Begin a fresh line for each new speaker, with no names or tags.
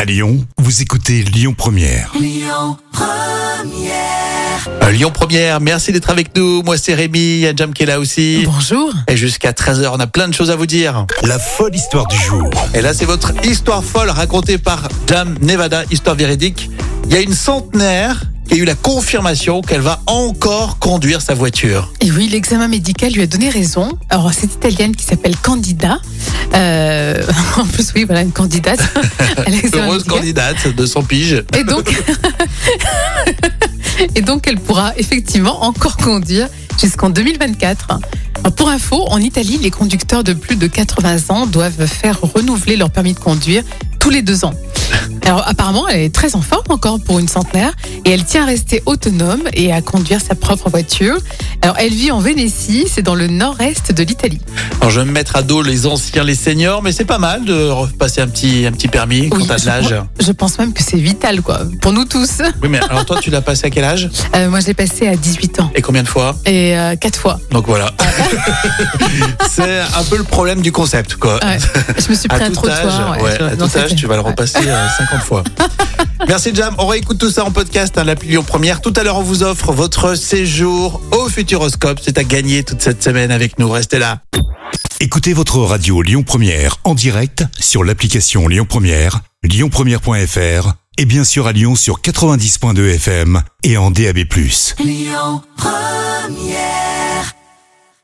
À Lyon, vous écoutez Lyon Première.
Euh, Lyon Première, merci d'être avec nous. Moi c'est Rémi, il y a Jam qui est là aussi.
Bonjour.
Et jusqu'à 13h, on a plein de choses à vous dire.
La folle histoire du jour.
Et là c'est votre histoire folle racontée par Jam Nevada, histoire véridique. Il y a une centenaire qui a eu la confirmation qu'elle va encore conduire sa voiture.
Et oui, l'examen médical lui a donné raison. Alors, cette italienne qui s'appelle Candida. euh, en plus, oui, voilà, une candidate. à l'examen
Heureuse
médical.
candidate de 100 piges.
Et donc, et donc, elle pourra effectivement encore conduire jusqu'en 2024. Alors, pour info, en Italie, les conducteurs de plus de 80 ans doivent faire renouveler leur permis de conduire tous les deux ans. Alors apparemment, elle est très en forme encore pour une centenaire et elle tient à rester autonome et à conduire sa propre voiture. Alors elle vit en Vénétie, c'est dans le nord-est de l'Italie.
Alors je vais me mettre à dos les anciens, les seniors, mais c'est pas mal de repasser un petit, un petit permis quand
Oui,
t'as de
je
l'âge.
Je pense même que c'est vital quoi, pour nous tous.
Oui mais alors toi tu l'as passé à quel âge
Euh, moi j'ai passé à 18 ans
Et combien de fois
et euh, quatre fois.
Donc voilà. c'est un peu le problème du concept, quoi.
Ouais, je me suis
À
pris un
tout
trottoir.
âge,
ouais,
ouais,
je-
à
non,
tout âge,
c'était-
tu vas le
ouais.
repasser euh, 50 fois. Merci Jam, on réécoute tout ça en podcast, hein, l'appli Lyon Première. Tout à l'heure, on vous offre votre séjour au Futuroscope. C'est à gagner toute cette semaine avec nous. Restez là.
Écoutez votre radio Lyon Première en direct sur l'application Lyon Première, lyonpremière.fr et bien sûr à Lyon sur 90.2 FM et en DAB+.